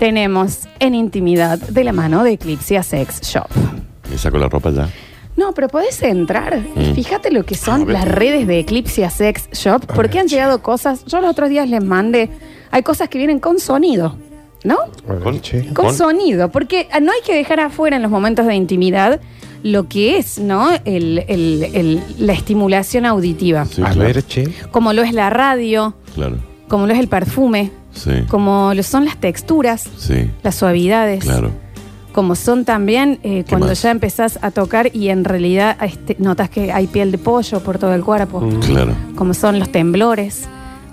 tenemos en intimidad de la mano de Eclipsia Sex Shop. Me saco la ropa ya. No, pero podés entrar y Mm. fíjate lo que A son ver. las redes de Eclipsia Sex Shop, A porque ver, han che. llegado cosas. Yo los otros días les mandé. Hay cosas que vienen con sonido, ¿no? A ver, Con- che. Con Con- sonido, porque ah, no hay que dejar afuera en los momentos de intimidad lo que es, ¿no? El- el- el- la estimulación auditiva. Sí, A claro. ver, che. Como lo es la radio, Claro. como lo es el perfume, Sí. como lo son las texturas, Sí. las suavidades. Claro. Como son también eh, cuando más? ya empezás a tocar y en realidad este, notas que hay piel de pollo por todo el cuerpo. Mm. Claro. Como son los temblores.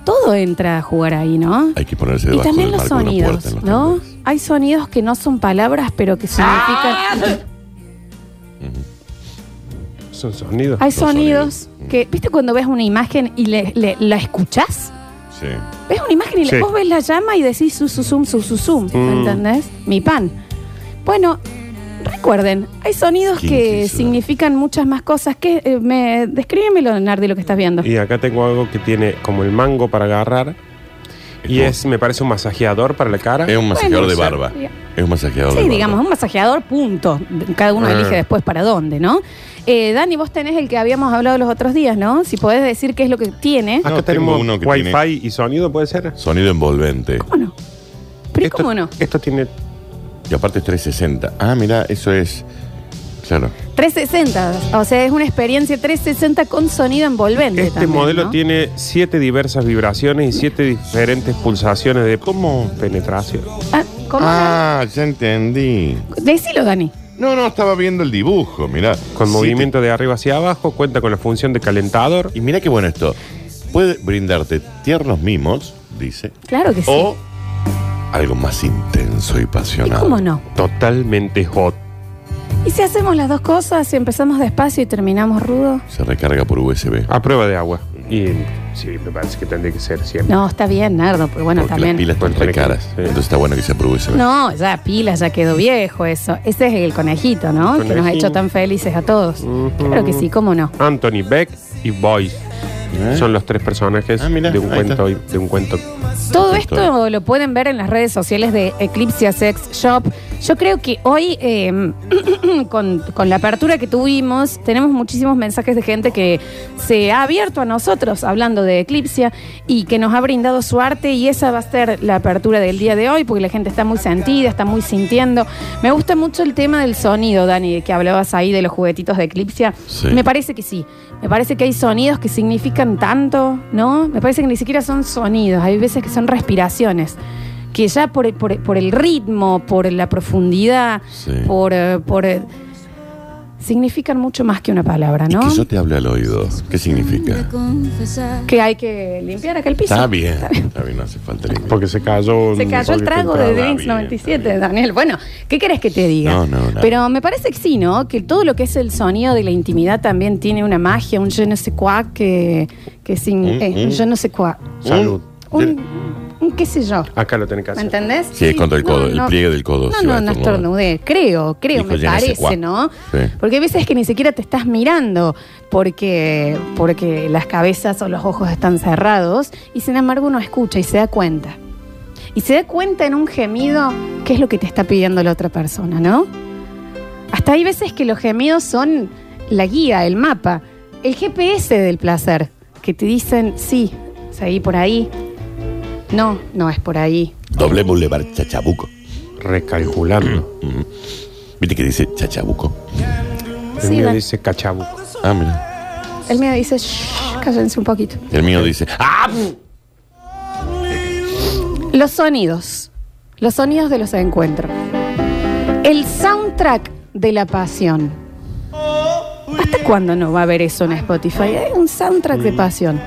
Todo entra a jugar ahí, ¿no? Hay que ponerse Y debajo también del los marco de una sonidos, puerta. los ¿no? tambores. Hay sonidos que no son palabras, pero que Ah. significan. Son sonidos. Hay Los sonidos. sonidos que, ¿viste cuando ves una imagen y le- le- la escuchás? Sí. Ves una imagen y le- Sí. vos ves la llama y decís su, su, zum, su, su, zum. ¿Me Mm. entendés? Mi pan. Bueno, recuerden, hay sonidos Kinky, que sí. significan muchas más cosas. que eh, me, Descríbemelo, Nardi, lo que estás viendo. Y acá tengo algo que tiene como el mango para agarrar. Y como- es, me parece, un masajeador para la cara. Es un masajeador Bueno, de sí. barba. Es un masajeador de Sí, barba. digamos, un masajeador, punto. Cada uno Ah. elige después para dónde, ¿no? Eh, Dani, vos tenés el que habíamos hablado los otros días, ¿no? Si podés decir qué es lo que tiene. Acá No, tengo tenemos uno que wifi tiene- y sonido, ¿puede ser? Sonido envolvente. ¿Cómo no? Pero ¿y Esto- ¿cómo no? Esto tiene Y aparte es 360. Ah, mira, eso es. Claro. 360, o sea, es una experiencia 360 con sonido envolvente. Este también, modelo ¿no? tiene siete diversas vibraciones y siete diferentes pulsaciones de ¿Cómo? penetración. Ah, ¿Cómo no? Ah, ya entendí. Decilo, Dani. No, no, estaba viendo el dibujo, mirá. Con Sí, movimiento de arriba hacia abajo, cuenta con la función de calentador. te- Y mirá qué bueno esto. Puede brindarte tiernos mimos, dice, Claro que sí. o algo más intenso y pasional. ¿Y cómo no? Totalmente hot. ¿Y si hacemos las dos cosas, si empezamos despacio y terminamos rudo? Se recarga por USB. A prueba de agua. Y sí, me parece que tendría que ser siempre. No, está bien, Nardo, pero bueno, porque las también. pilas están Porque re caras. sí. Entonces está bueno que sea por USB. No, ya pilas, ya quedó viejo eso. Ese es el conejito, ¿no? Que nos ha Conejín. hecho tan felices a todos. Ujú. Claro que sí, cómo no. Anthony Beck y Boyce ¿Eh? son los tres personajes Ah, mira, de, un ahí está. cuento, de un cuento. Todo Estoy. esto lo pueden ver en las redes sociales de Eclipse Sex Shop. Yo creo que hoy, eh, con, con la apertura que tuvimos, tenemos muchísimos mensajes de gente que se ha abierto a nosotros hablando de Eclipse y que nos ha brindado su arte y esa va a ser la apertura del día de hoy porque la gente está muy sentida, está muy sintiendo. Me gusta mucho el tema del sonido, Dani, que hablabas ahí de los juguetitos de Eclipse. Sí. Me parece que sí. Me parece que hay sonidos que significan tanto, ¿no? Me parece que ni siquiera son sonidos, hay veces que son respiraciones. Que ya por, por- por el ritmo, por la profundidad, Sí. por, eh, por eh, significan mucho más que una palabra, Y ¿no? que yo te hable al oído. ¿Qué significa? Que hay que limpiar aquel piso. Está bien. Está bien, no hace falta limpiar. Porque se cayó. Se un- cayó el porque trago entraba. de está Drinks bien, 97, está Daniel. Bueno, ¿qué querés que te diga? No, no, no. Pero me parece que sí, ¿no? Que todo lo que es el sonido de la intimidad también tiene una magia, un je ne sais quoi que, que sin, Mm, eh, un mm. je ne sais quoi. Salud. Un, un qué sé yo. Acá lo tenés ¿Me que hacer. entendés? Sí, es contra el codo, el pliegue del codo, No, si va no, a no estornudar. estornudé. Creo, creo, Dijo me je ne sais parece, quoi. ¿no? Sí. Porque hay veces que ni siquiera te estás mirando porque, porque las cabezas o los ojos están cerrados y sin embargo uno escucha y se da cuenta. Y se da cuenta en un gemido qué es lo que te está pidiendo la otra persona, ¿no? Hasta hay veces que los gemidos son la guía, el mapa, el GPS del placer, que te dicen, sí, seguí por ahí. No, no es por ahí. Doble boulevard chachabuco. Recalculando. Mm. ¿Viste que dice chachabuco? El Sí, mío Dan- dice cachabuco. Ah, mira. El mío dice, shh, cállense un poquito. El mío dice. ¡Ah! Los sonidos. Los sonidos de los encuentros. El soundtrack de la pasión. ¿Hasta cuándo no va a haber eso en Spotify? Hay un soundtrack Mm. de pasión.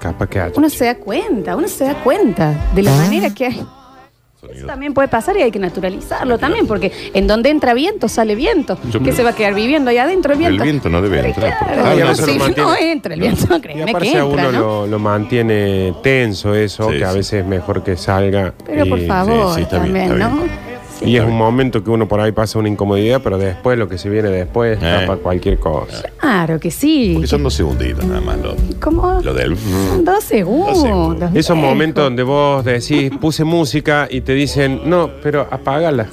Capaz que haya. Uno se da cuenta, uno se da cuenta de la Ah. manera que hay. Eso Sonido. también puede pasar y hay que naturalizarlo también, porque en donde entra viento sale viento. Yo ¿Qué creo- se va a quedar viviendo ahí adentro el El viento? viento no debe entrar. por- Claro, Ah, y a no, veces sí, lo mantiene. no entra el viento, créeme Y que aparte entra, a uno ¿no? lo, lo mantiene tenso eso, Sí, que a sí. veces es mejor que salga. Pero y- por favor, sí, está bien, también, está ¿no? bien. Y es un momento que uno por ahí pasa una incomodidad, pero después lo que se viene después Eh. tapa cualquier cosa. Claro que sí. Porque son dos segunditos nada más lo, ¿Cómo? lo del... Mm. Son dos segundos. Eh, Dos segundos. Esos viejo. momentos donde vos decís, puse música y te dicen, no, pero apágala.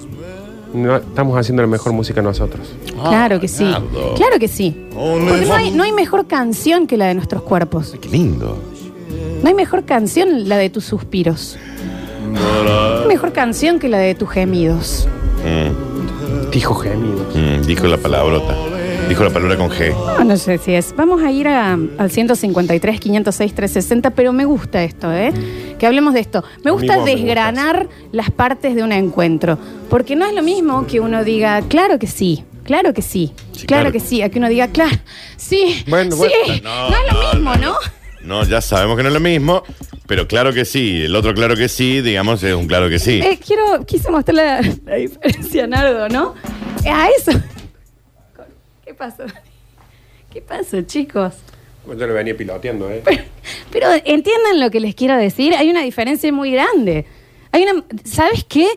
No, estamos haciendo la mejor música nosotros. Claro que sí. Bernardo. Claro que sí. Porque no hay, no hay mejor canción que la de nuestros cuerpos. Qué lindo. No hay mejor canción la de tus suspiros. No hay mejor canción que la de tus gemidos. Mm, Dijo gemidos. mm, dijo la palabrota. Dijo la palabra con G. No, no sé si es. Vamos a ir a- al 153, 506, 360, pero me gusta esto, ¿eh? Que hablemos de esto. Me A mí gusta vos me desgranar las partes de un encuentro, porque no es lo mismo que uno diga, claro que sí. Claro que sí, Sí, claro, claro. que sí, a que uno diga, claro, sí, Bueno, sí, bueno, no, es lo mismo, ¿no? No, ya sabemos que no es lo mismo, pero claro que sí. El otro claro que sí, digamos, es un claro que sí. Eh, quiero, quise mostrar la, la diferencia, Nardo, ¿no? Eh, A eso. ¿Qué pasó? ¿Qué pasó, chicos? Yo lo venía piloteando, ¿eh? Pero entiendan lo que les quiero decir, hay una diferencia muy grande. Hay una, ¿sabes qué?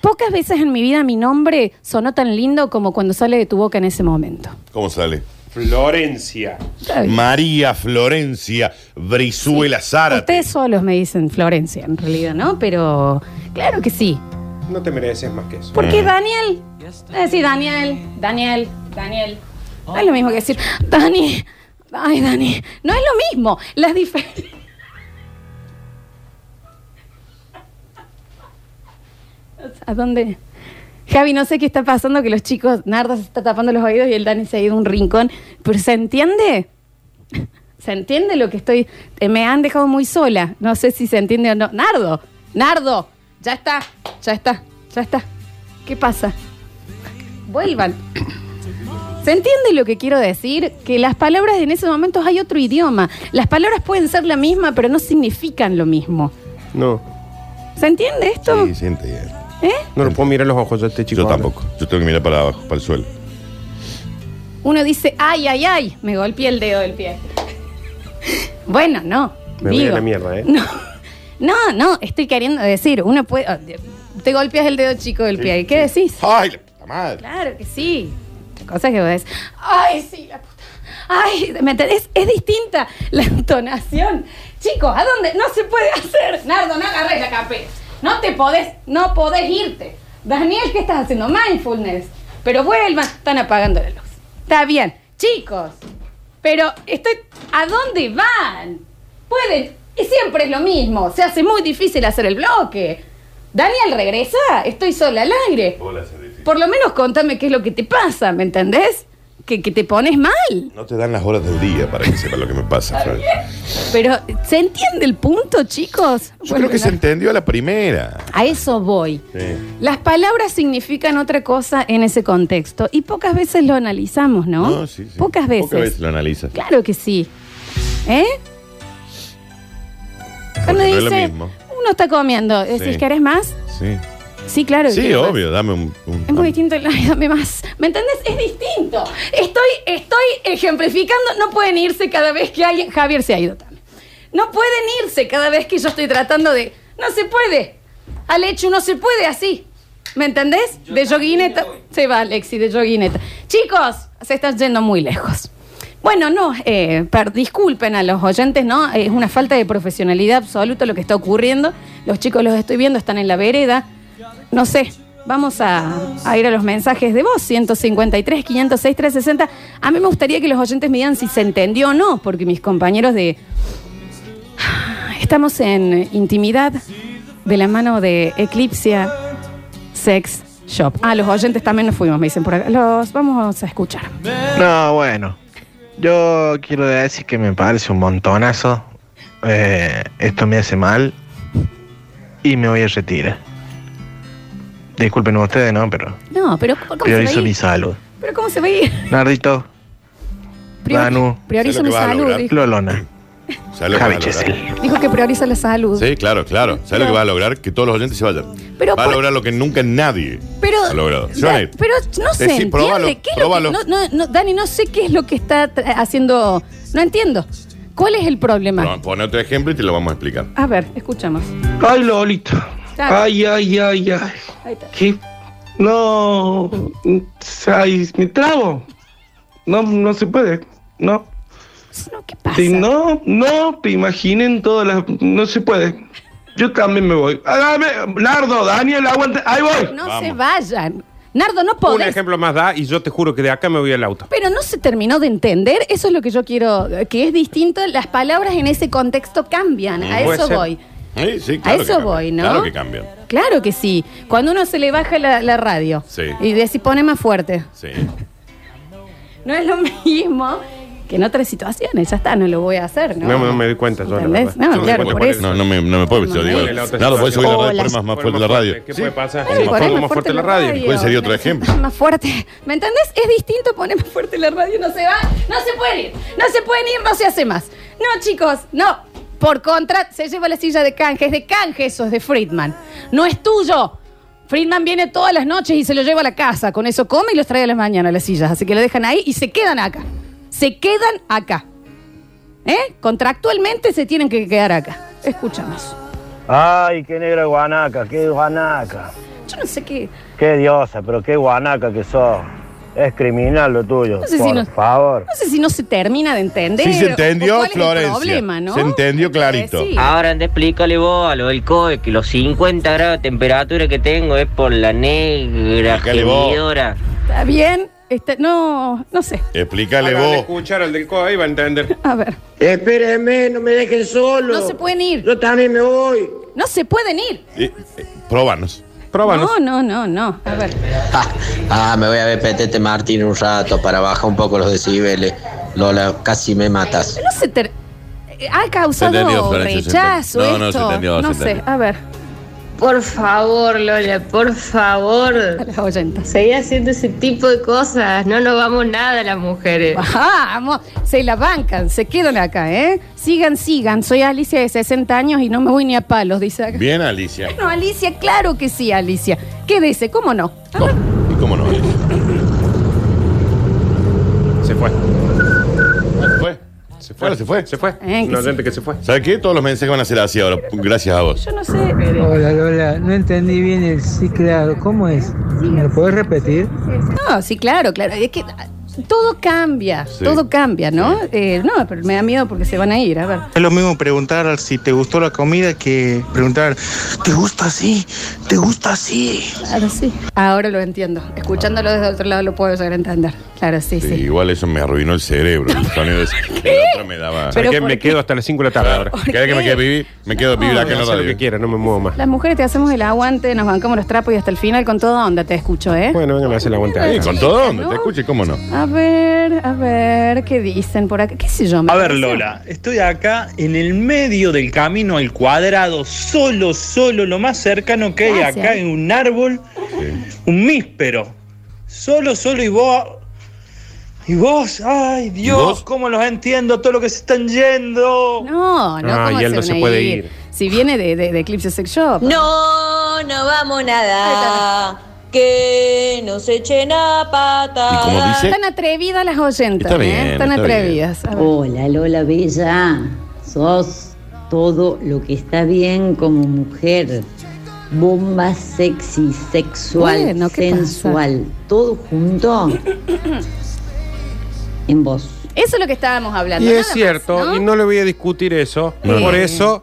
Pocas veces en mi vida mi nombre sonó tan lindo como cuando sale de tu boca en ese momento. ¿Cómo sale? Florencia. ¿Sabes? María Florencia Brizuela Zárate. Ustedes solos me dicen Florencia, en realidad, ¿no? Pero claro que sí. No te mereces más que eso. Porque Daniel, es decir, Daniel, Daniel, Daniel. No es lo mismo que decir, Dani, ay, Dani. No es lo mismo. Las diferencias. ¿A dónde? Javi, no sé qué está pasando, que los chicos, Nardo se está tapando los oídos y el Dani se ha ido a un rincón. Pero ¿se entiende? ¿Se entiende lo que estoy? eh, me han dejado muy sola. No sé si se entiende o no. Nardo, Nardo, ya está, ya está, ya está. ¿Qué pasa? Vuelvan. ¿Se entiende lo que quiero decir? Que las palabras en esos momentos hay otro idioma. Las palabras pueden ser la misma, pero no significan lo mismo. No, ¿Se entiende esto? Sí, sí, entiendo. ¿Eh? no lo puedo mirar los ojos yo a este chico. Yo ahora. tampoco. Yo tengo que mirar para abajo, para el suelo. Uno dice, ay, ay, ay, me golpeé el dedo del pie. Bueno, no. Me voy a digo. la mierda, ¿eh? No, no, no, estoy queriendo decir, uno puede. ah, Te golpeas el dedo chico del pie. ¿Y qué decís? ¡Ay, la puta madre! Claro que sí. La cosa es que vos decís, ay, sí, la puta. Ay, ¿me entendés? Es distinta la entonación. Chicos, ¿a dónde? No se puede hacer. Nardo, no agarres la capé. No te podés, no podés irte. Daniel, ¿qué estás haciendo? Mindfulness. Pero vuelvan, están apagando la luz. Está bien. Chicos, pero estoy. ¿A dónde van? Pueden. Y siempre es lo mismo. Se hace muy difícil hacer el bloque. Daniel regresa, estoy sola al aire. Por lo menos contame qué es lo que te pasa, ¿me entendés? Que, que te pones mal. No te dan las horas del día para que sepa lo que me pasa, Flor. Pero, ¿se entiende el punto, chicos? Yo creo que se entendió a la primera. A eso voy. Las palabras significan otra cosa en ese contexto y pocas veces lo analizamos, ¿no? No, sí, sí. Pocas veces. Pocas veces lo analizas. Claro que sí. ¿Eh? Cuando Porque no dice, es lo mismo. uno está comiendo, decís, Sí. ¿querés más? Sí. Sí, claro. que Sí, quiero más. obvio, dame un. un- Es muy distinto, el- ay, dame más. ¿Me entendés? Es distinto. Estoy, estoy ejemplificando, no pueden irse cada vez que alguien. Javier se ha ido también. No pueden irse cada vez que yo estoy tratando de. No se puede. Al hecho no se puede así. ¿Me entendés? de yoguineta. Se va, Alexi, de yoguineta. Chicos, se están yendo muy lejos. Bueno, no, eh, per- disculpen a los oyentes, ¿no? Es una falta de profesionalidad absoluta lo que está ocurriendo. Los chicos los estoy viendo, están en la vereda. No sé, vamos a, a ir a los mensajes de voz, 153, 506, 360. A mí me gustaría que los oyentes me digan si se entendió o no, porque mis compañeros de... Estamos en intimidad de la mano de Eclipsia Sex Shop. Ah, los oyentes también nos fuimos, me dicen por acá. Los vamos a escuchar. No, bueno. Yo quiero decir que me parece un montonazo. Eh, esto me hace mal. Y me voy a retirar. Disculpen ustedes, ¿no? Pero No, pero ¿cómo se va a priorizo mi ir? salud. ¿Pero cómo se va a ir? Nardito, Priori- Manu. Sé priorizo lo que mi vas a salud. lograr. Dijo, Lolona, ¿Sabes lo que Javi vas a lograr? Chesel. Dijo que prioriza la salud. Sí, claro, claro. ¿Sabes lo que va a lograr? Que todos los oyentes se vayan. Pero va a por- lograr lo que nunca nadie Pero, ha logrado. Se Da- van a ir. pero no sé, Decí, probalo, ¿qué es lo que- probalo. no, no, no, Dani, no sé qué es lo que está tra- haciendo. No entiendo. ¿Cuál es el problema? Pero Pon otro ejemplo y te lo vamos a explicar. A ver, escuchamos. Ay, Lolita. Claro. Ay, ay, ay, ay. Ahí está. ¿Qué? No. Ay, me trabo. No, no se puede. No. No, ¿Qué pasa? Si no, no te imaginen todas las. No se puede. Yo también me voy. Ah, dame, Lardo, Daniel, aguante. Ahí voy. No Vamos. se vayan. Nardo, no Un podés. ejemplo más da y yo te juro que de acá me voy al auto. Pero no se terminó de entender, eso es lo que yo quiero, que es distinto, las palabras en ese contexto cambian, a Puede eso ser. voy. Sí, sí, claro a que eso cambian. voy, ¿no? Claro que cambian. Claro que sí. Cuando uno se le baja la, la radio Sí. y decís pone más fuerte, Sí. no es lo mismo que en otras situaciones, ya está, no lo voy a hacer, ¿no? No, no me di cuenta yo, la ¿Entendés? verdad. No, Yo me claro, di por cuenta eso. No, no me, no me puedo, pero digo. Momento. Nardo, ¿puedes subir la radio? Hola. Pones más Ponemos fuerte la radio. ¿Qué Sí. puede pasar? Claro, Ponemos poné más fuerte la radio. ¿Cuál sería otro No se ejemplo? ponga Más fuerte. ¿Me entendés? Es distinto poner más fuerte la radio. No se va, no se puede ir, no se pueden ir, no se hace más. No, chicos, no. Por contra, se lleva la silla de canje. Es de canje eso, es de Friedman. No es tuyo. Friedman viene todas las noches y se lo lleva a la casa. Con eso come y los trae a las mañanas las sillas. Así que lo dejan ahí y se quedan acá. Se quedan acá. ¿Eh? Contractualmente se tienen que quedar acá. Escuchamos. Ay, qué negra guanaca, qué guanaca. Yo no sé qué. Qué diosa, pero qué guanaca que sos. Es criminal lo tuyo. No sé si por no- favor. No sé si no se termina de entender. Sí se o entendió, cuál es el Florencia. problema, ¿no? Se entendió clarito. Sí. Ahora anda, explícale vos a lo del COE que los 50 grados de temperatura que tengo es por la negra Explícale vos. gemidora. Está bien. Está- no, no sé. Explícale Hagan vos. escuchar al del COA y va a entender. A ver. Espérenme, no me dejen solo. No se pueden ir. Yo también me voy. No se pueden ir. Eh, eh, próbanos. Próbanos. No, no, no, no. A ver. Ah, ah, me voy a ver Petete Martín un rato para bajar un poco los decibeles. Lola, casi me matas. No se ter- eh, ha Se entendió, causado Florencia, se rechazo entendió. No, no, esto. se entendió, No se sé. entendió. A ver. Por favor, Lola, por favor. A las oyentas. Seguí haciendo ese tipo de cosas. No nos vamos nada las mujeres. Vamos, se la bancan, se quedan acá, ¿eh? Sigan, sigan. Soy Alicia de 60 años y no me voy ni a palos, dice acá. Bien, Alicia. No, Alicia, claro que sí, Alicia. Quédese, ¿cómo no? A ver. ¿Cómo? ¿Y cómo no, Alicia? Se fue. ¿Fue? ¿Se fue? ¿Se fue? Se fue. Eh, que Un sí. oyente que se fue. ¿Sabes qué? Todos los mensajes van a ser así ahora. Gracias a vos. Yo no sé. Hola Lola, no entendí bien el sí, claro, ¿cómo es? ¿Me lo puedes repetir? No, sí, claro, claro. Es que ah, todo cambia, Sí. todo cambia, ¿no? Eh, no, pero me da miedo porque se van a ir, a ver. Es lo mismo preguntar si te gustó la comida que preguntar, ¿te gusta así? ¿Te gusta así? Claro, sí. Ahora lo entiendo. Escuchándolo desde otro lado lo puedo llegar a entender. Claro, sí, Sí, sí. igual eso me arruinó el cerebro. El sonido ese. El otro me daba. Pero ¿Sabes qué? ¿por Me qué? quedo hasta las 5 de la tarde ahora. ¿Por ¿Querés que me qué? quede vivir? Me quedo vivir acá en la Haz lo que radio. quiera, no me muevo más. Las mujeres te hacemos el aguante, nos bancamos los trapos y hasta el final con toda onda te escucho, ¿eh? Pues- Bueno, venga, me hace la vuelta. Sí, con todo onda. ¿No? Eh, Te escuche, ¿cómo no? A ver, a ver, ¿qué dicen por acá? ¿Qué sé yo? me A ver, parece- Lola, estoy acá en el medio del camino al cuadrado, solo, solo, lo más cercano que hay Gracias. acá en un árbol, Sí. un míspero. Solo, solo y vos. Y vos, ay Dios, vos? cómo los entiendo, todo lo que se están yendo. No, no, Ah, ¿cómo y él no van se a puede ir. Si viene de, de, de Eclipse Sex Shop. No, no vamos nada. Que nos echen a pata. Y como dice. Están atrevidas las oyentas, Está bien, ¿eh? Están está atrevidas. A ver. Hola, Lola Bella. Sos todo lo que está bien como mujer. Bomba sexy, sexual, Bueno, ¿qué pasa? sensual. Todo junto en vos. Eso es lo que estábamos hablando. Y nada es más, cierto, ¿no? y no le voy a discutir eso. No. Por Eh. eso,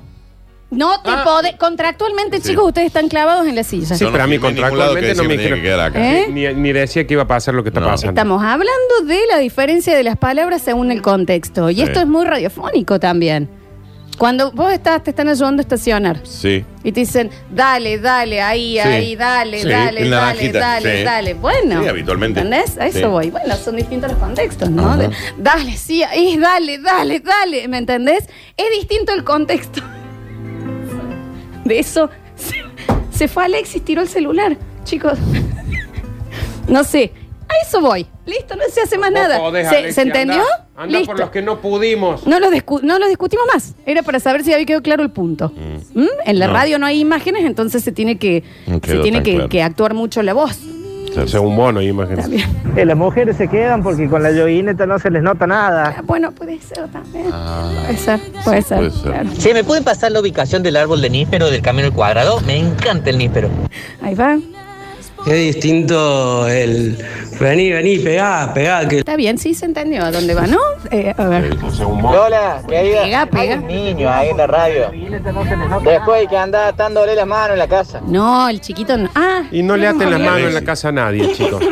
No te Ah. podés. Contractualmente, Sí. chicos, ustedes están clavados en la silla. Sí, pero a mí firmé en ningún lado que contractualmente no me decía que tenía dijeron- que quedar acá. ¿Eh? ni, ni decía que iba a pasar lo que está No. pasando. Estamos hablando de la diferencia de las palabras según el contexto. Y Sí. esto es muy radiofónico también. Cuando vos estás, te están ayudando a estacionar. Sí. Y te dicen, dale, dale, ahí, Sí. ahí, dale, Sí, dale, en la dale, naranjita, dale, sí. dale. Bueno. Sí, habitualmente. ¿Entendés? A eso Sí. voy. Bueno, son distintos los contextos, ¿no? Ajá. De, dale, sí, ahí, dale, dale, dale. ¿Me entendés? Es distinto el contexto. De eso se, se fue Alexis, tiró el celular. Chicos, no sé. A eso voy. Listo, no se hace más Vos nada. podés, ¿Se, Alexi, ¿se entendió? Andá, andá Listo. por los que no pudimos. No lo, discu- no lo discutimos más. Era para saber si había quedado claro el punto. ¿Mm? En la No. radio no hay imágenes, entonces se tiene que, No se quedó tiene tan que, claro. que actuar mucho la voz. O sea, un mono, imagínate. Eh, las mujeres se quedan porque con la yoguineta no se les nota nada. Ah, Bueno, puede ser también. puede ser, puede Ah, ser. sí, puede ser. claro. Che, ¿me pueden pasar la ubicación del árbol de níspero del camino al cuadrado? Me encanta el níspero. Ahí va. Es distinto el vení, vení, pegá, pegá. Que... Está bien, sí se entendió a dónde va, ¿no? Eh, a ver. Lola, querida, hay un niño ahí en la radio. Después hay que andar atándole las manos en la casa. No, el chiquito no. Ah, Y no le aten las había- manos en la casa a nadie, chicos.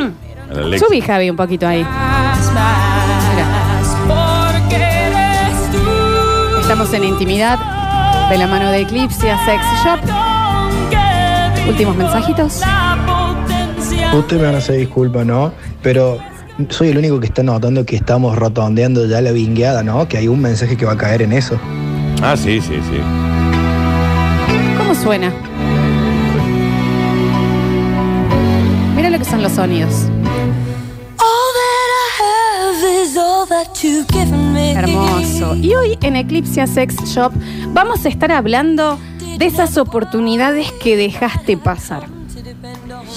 Subí, Javi, un poquito ahí. Estamos en intimidad de la mano de Eclipse a Sex Shop. Últimos mensajitos. Ustedes me van a hacer disculpa, ¿no? Pero soy el único que está notando que estamos rotondeando ya la vingueada, ¿no? Que hay un mensaje que va a caer en eso. Ah, sí, sí, sí. ¿Cómo suena? Mira lo que son los sonidos. Hermoso. Y hoy en Eclipse Sex Shop vamos a estar hablando de esas oportunidades que dejaste pasar.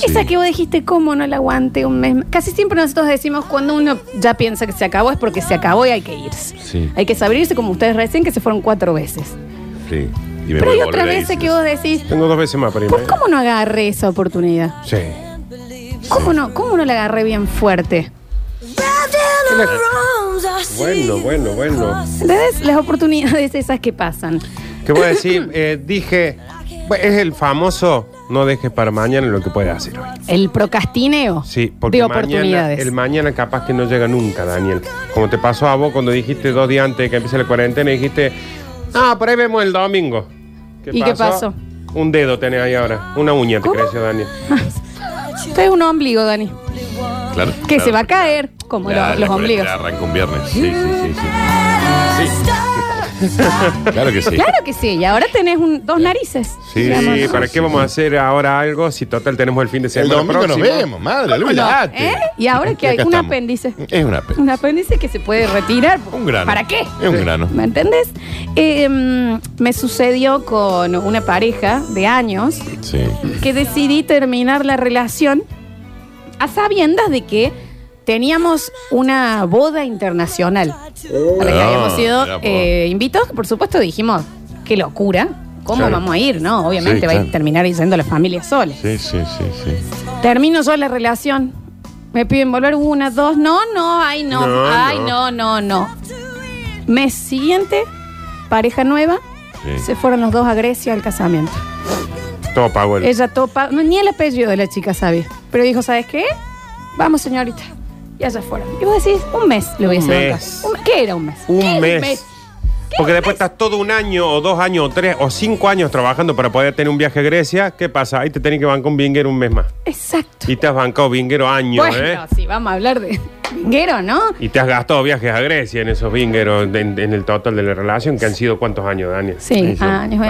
Esa que vos dijiste, ¿cómo no la aguante un mes? más? Casi siempre nosotros decimos, cuando uno ya piensa que se acabó, es porque se acabó y hay que irse. Sí, Hay que abrirse como ustedes recién, que se fueron cuatro veces. sí. Y me Pero voy hay a otra volver a vez ir. que vos decís, Tengo dos veces más para irme. ¿eh? ¿cómo no agarré esa oportunidad? Sí. ¿Cómo no, cómo no la agarré bien fuerte? Bueno, bueno, bueno. ¿Entendés? Las oportunidades esas que pasan. ¿Qué voy a decir? Eh, dije, bueno, es el famoso no dejes para mañana lo que puedes hacer hoy. El procrastineo. Sí, porque De mañana, oportunidades. el mañana capaz que no llega nunca, Daniel. Como te pasó a vos cuando dijiste dos días antes de que empiece la cuarentena, dijiste, ah, por ahí vemos el domingo. ¿Y qué pasó? Un dedo tenés ahí ahora, una uña te creció, Daniel. Esto es un ombligo, Dani. Claro. Que claro. se va a caer, como Ya, lo- la los ombligos. cuarentena Arranca un viernes. Sí, sí, sí. sí. sí. claro que sí. Claro que sí. Y ahora tenés un- dos narices. Sí, digamos, ¿no? ¿para qué vamos a hacer ahora algo si total tenemos el fin de semana? domingo nos próximo? vemos, madre, ¿Cómo no? ¿Eh? Y ahora que hay Acá un estamos. apéndice. Es una pena. Un apéndice que se puede retirar. Un grano. ¿Para qué? Es un grano. ¿Me entendés? Eh, mm, me sucedió con una pareja de años Sí. que decidí terminar la relación a sabiendas de que teníamos una boda internacional. A la que Ah, mirá habíamos sido vos. eh, invitados, que por supuesto dijimos, qué locura, ¿cómo Claro. vamos a ir? No, obviamente Sí, va a claro. terminar yendo la familia sola. Sí, sí, sí, sí. Termino yo la relación. Me piden volver una, dos. No, no, ay, no. No, ay, no. no, no, no. Mes siguiente, pareja nueva. Sí. Se fueron los dos a Grecia al casamiento. Todo pagó el- Ella topa, no, ni el apellido de la chica sabía. Pero dijo, ¿sabes qué? Vamos, señorita. Y allá fueron. Y vos decís, un mes le voy a Un hacer mes. ¿Qué era un mes? ¿Qué era Un mes. Porque después estás todo un año, o dos años, o tres, o cinco años trabajando para poder tener un viaje a Grecia. ¿Qué pasa? Ahí te tenés que bancar un vinguero un mes más. Exacto. Y te has bancado vinguero años, Bueno, ¿eh? sí, vamos a hablar de vinguero, ¿no? Y te has gastado viajes a Grecia en esos vingueros, de- en, en el total de la relación, que han sido cuántos años, Daniel. Sí, años.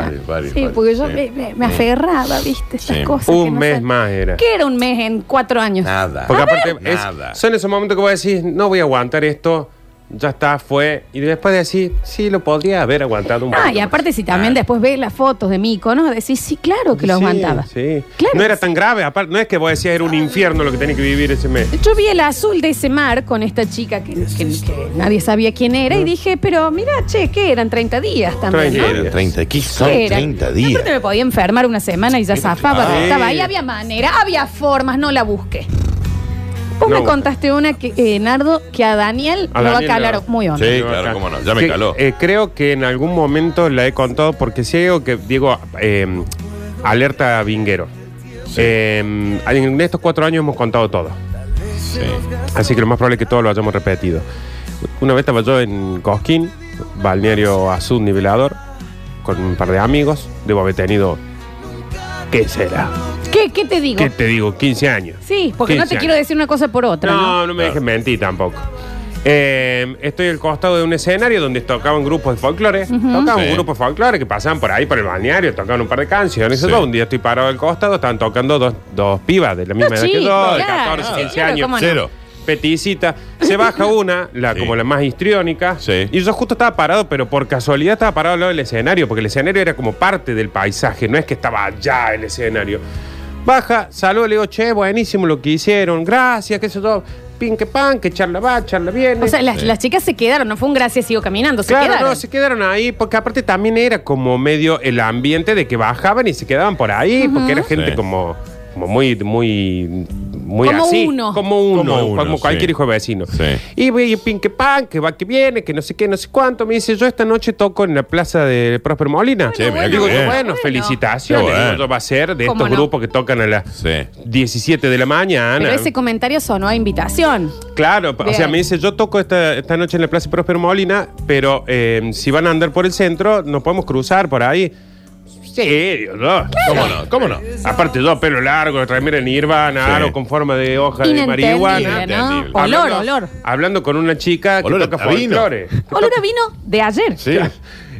sí, porque yo me, me- me aferraba, ¿viste? Esas cosas. que Un no mes sé. más era. ¿Qué era un mes en cuatro años? Nada. Porque A ver, aparte, es- son esos momentos que vos decís, no voy a aguantar esto, ya está, fue. Y después decís, sí, lo podría haber aguantado un poco. Ah, y aparte, si también después ves las fotos de mi icono, decís, sí, claro que lo Sí, aguantaba. Sí. no era tan grave, aparte, no es que vos decías era un infierno lo que tenés que vivir ese mes. Yo vi el azul de ese mar con esta chica que, que- que nadie sabía quién era Mm. y dije, pero mira, che, ¿qué eran? 30 días también. ¿no? Eran 30, ¿qué son ¿Qué era? 30 Y días? aparte me podía enfermar una semana y ya zafaba, Ah. pero estaba Sí. ahí, había manera, había formas, no la busqué. Vos No. me contaste una que, eh, Nardo, que a Daniel A lo va a Daniel calar no. muy hondo. Sí, claro, cómo no, ya me Que, caló. eh, creo que en algún momento la he contado porque sí hay algo que digo, eh, alerta vinguero. Eh, en estos cuatro años hemos contado todo. Así que lo más probable es que todo lo hayamos repetido. Una vez estaba yo en Cosquín, balneario azul nivelador, con un par de amigos. Debo haber tenido. ¿Qué será? ¿Qué, qué te digo? ¿Qué te digo? 15 años. Sí, porque no 15 te años. quiero decir una cosa por otra. No, No, no, me dejes mentir tampoco. Eh, estoy al costado de un escenario donde tocaban grupos de folclore. Ujú. Tocaban Sí. un grupo de folclore que pasaban por ahí, por el balneario, tocaban un par de canciones. Eso todo. Un día estoy parado al costado, estaban tocando dos, dos pibas de la misma edad que chicos, yo, de claro, 14, 15 claro, años. cómo no. Cero. Peticita. Se baja una, la, como la más histriónica. Y yo justo estaba parado, pero por casualidad estaba parado al lado del escenario, porque el escenario era como parte del paisaje, no es que estaba allá el escenario. Baja, saludo, le digo, che, buenísimo lo que hicieron, gracias, que eso todo. Pin que pan, que charla va, charla viene. O sea, las, las chicas se quedaron, no fue un gracias, sigo caminando, se Claro, quedaron. no, se quedaron ahí, porque aparte también era como medio el ambiente de que bajaban y se quedaban por ahí, porque era gente como Como muy, muy, muy Como así. uno. Como uno. Como Como, uno, cualquier sí. hijo de vecino. Sí. Y voy pin que pan, que va, que viene, que no sé qué, no sé cuánto. Me dice, yo esta noche toco en la plaza de Próspero Molina. Che, mirá Digo, qué yo, bien. bueno, felicitaciones. Qué bueno. Digo, yo, va a ser de ¿Cómo estos no? grupos que tocan a las Sí. 17 de la mañana. Pero ese comentario sonó a invitación. Claro, o sea, Bien. me dice, yo toco esta, esta noche en la Plaza Próspero Molina, pero eh, si van a andar por el centro, nos podemos cruzar por ahí. Sí, yo. ¿Cómo no? ¿Cómo no? Aparte yo, pelo largo, remera nirvana, Sí. aro con forma de hoja de Inentendible, marihuana. ¿no? Inentendible. Olor, Hablando- olor. Hablando con una chica Olor a que toca vino. folclore. Olor a vino de ayer. Sí.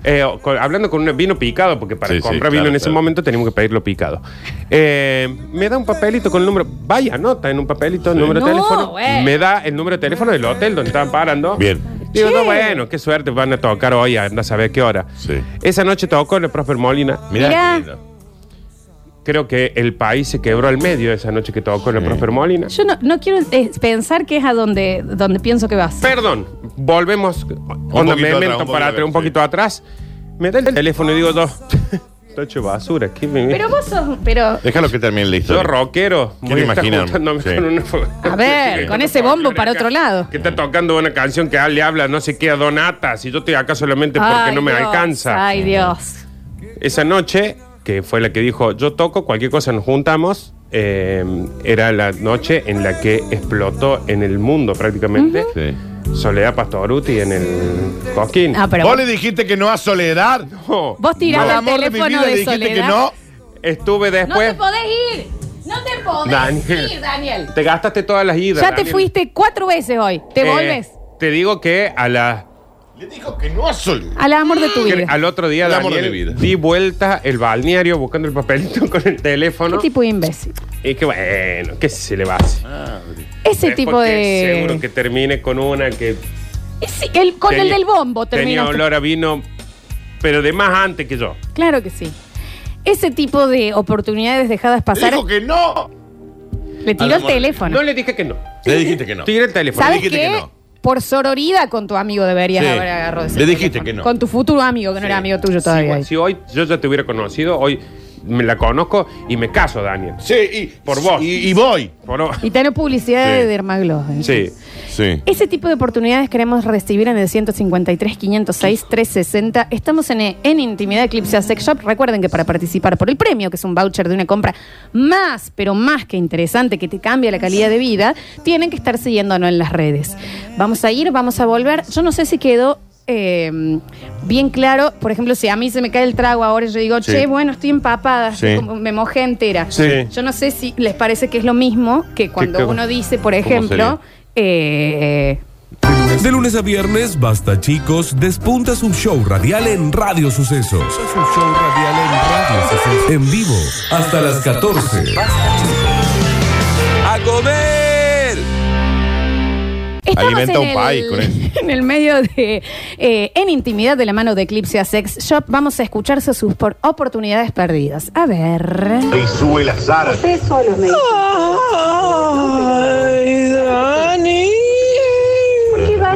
Eh, o- con- hablando con un vino picado, porque para Sí, sí, comprar vino claro, en ese claro. momento teníamos que pedirlo picado. Eh, me da un papelito con el número. Vaya, nota en un papelito el número de No, eh. teléfono. güey. Me da el número de teléfono del hotel donde estaban parando. Bien. Digo, Che. no, bueno, qué suerte van a tocar hoy, anda a saber qué hora. Sí. Esa noche tocó en el Prosper Molina. Mirá, Mirá. qué lindo. Creo que el país se quebró al medio esa noche que tocó en el Prosper Molina. Yo no, no quiero eh, pensar que es a donde, donde pienso que vas. Perdón, volvemos poquito onda atrás, memento un poquito para atrás, atrás, un poquito atrás. Me da el teléfono y digo yo, Tocho basura, ¿qué me Pero vos sos. Pero. Este Déjalo que termine la Yo historia. rockero, Quiero voy a estar imaginarme, juntándome sí. con una- A ver, con ese bombo para otro lado. que está tocando una canción que le habla no sé qué a Donata, si yo estoy acá solamente porque Ay, no me Dios, alcanza. Ay, Dios. Esa noche, que fue la que dijo, yo toco, cualquier cosa nos juntamos, eh, era la noche en la que explotó en el mundo prácticamente Sí. Soledad Pastoruti en el Cosquín. Oh, Ah, pero ¿Vos vos, le dijiste que no a Soledad? No, vos tirás Al el amor de mi teléfono vida le de, dijiste Soledad. que no. Estuve No te después. podés ir. No te podés Daniel. ir, Daniel. te gastaste todas las idas. Ya te Daniel. fuiste cuatro veces hoy. Te Eh, volvés. Te digo que a las Le dijo que no a Soledad. Al amor de tu Que vida. Al otro día, El amor de Daniel, mi vida. di vuelta el balneario buscando el papelito con el ¿Qué teléfono. tipo de imbécil? Y que bueno, que se le va a hacer. Ese Después tipo que de. Seguro que termine con una que Ese- el- con el tenía- del bombo tenía terminaste. olor a vino, pero de más antes que yo. Claro que sí. Ese tipo de oportunidades dejadas Le pasar, dijo que no. le tiró el amor. teléfono. No le dije que no. Le dijiste que no. Tiré el teléfono. ¿Sabes qué? dijiste que no. Por sororidad con tu amigo deberías Sí. haber agarrado ese Le dijiste teléfono. que no. Con tu futuro amigo, que no era amigo tuyo Si, todavía. hoy- si hoy yo ya te hubiera conocido, hoy me la conozco y me caso, Daniel. Sí, y. Por vos. Y, y voy. Por no- Y tener publicidad Sí. de Dermaglow. ¿eh? Sí. Sí. Ese tipo de oportunidades queremos recibir en el 153 506 360. Estamos en, eh, en Intimidad Eclipse Sex Shop. Recuerden que para participar por el premio, que es un voucher de una compra más, pero más que interesante, que te cambia la calidad de vida, tienen que estar siguiéndonos en las redes. Vamos a ir, vamos a volver. Yo no sé si quedó eh, bien claro. Por ejemplo, si a mí se me cae el trago ahora, yo digo, Sí. che, bueno, estoy empapada, Sí. estoy como- me mojé entera. Sí. Yo no sé si les parece que es lo mismo que cuando qué- uno dice, por ¿Cómo ejemplo, eh, De lunes a viernes, Basta Chicos despunta su show radial en Radio Sucesos. Su show radial en Radio Sucesos. En vivo, hasta las 14. ¡A comer! Estamos Alimenta en un el- país con eso. En el medio de. eh, en intimidad de la mano de Eclipse a Sex Shop, vamos a escucharse sus por oportunidades perdidas. A ver. Y sube la Sara. Ay, Dani.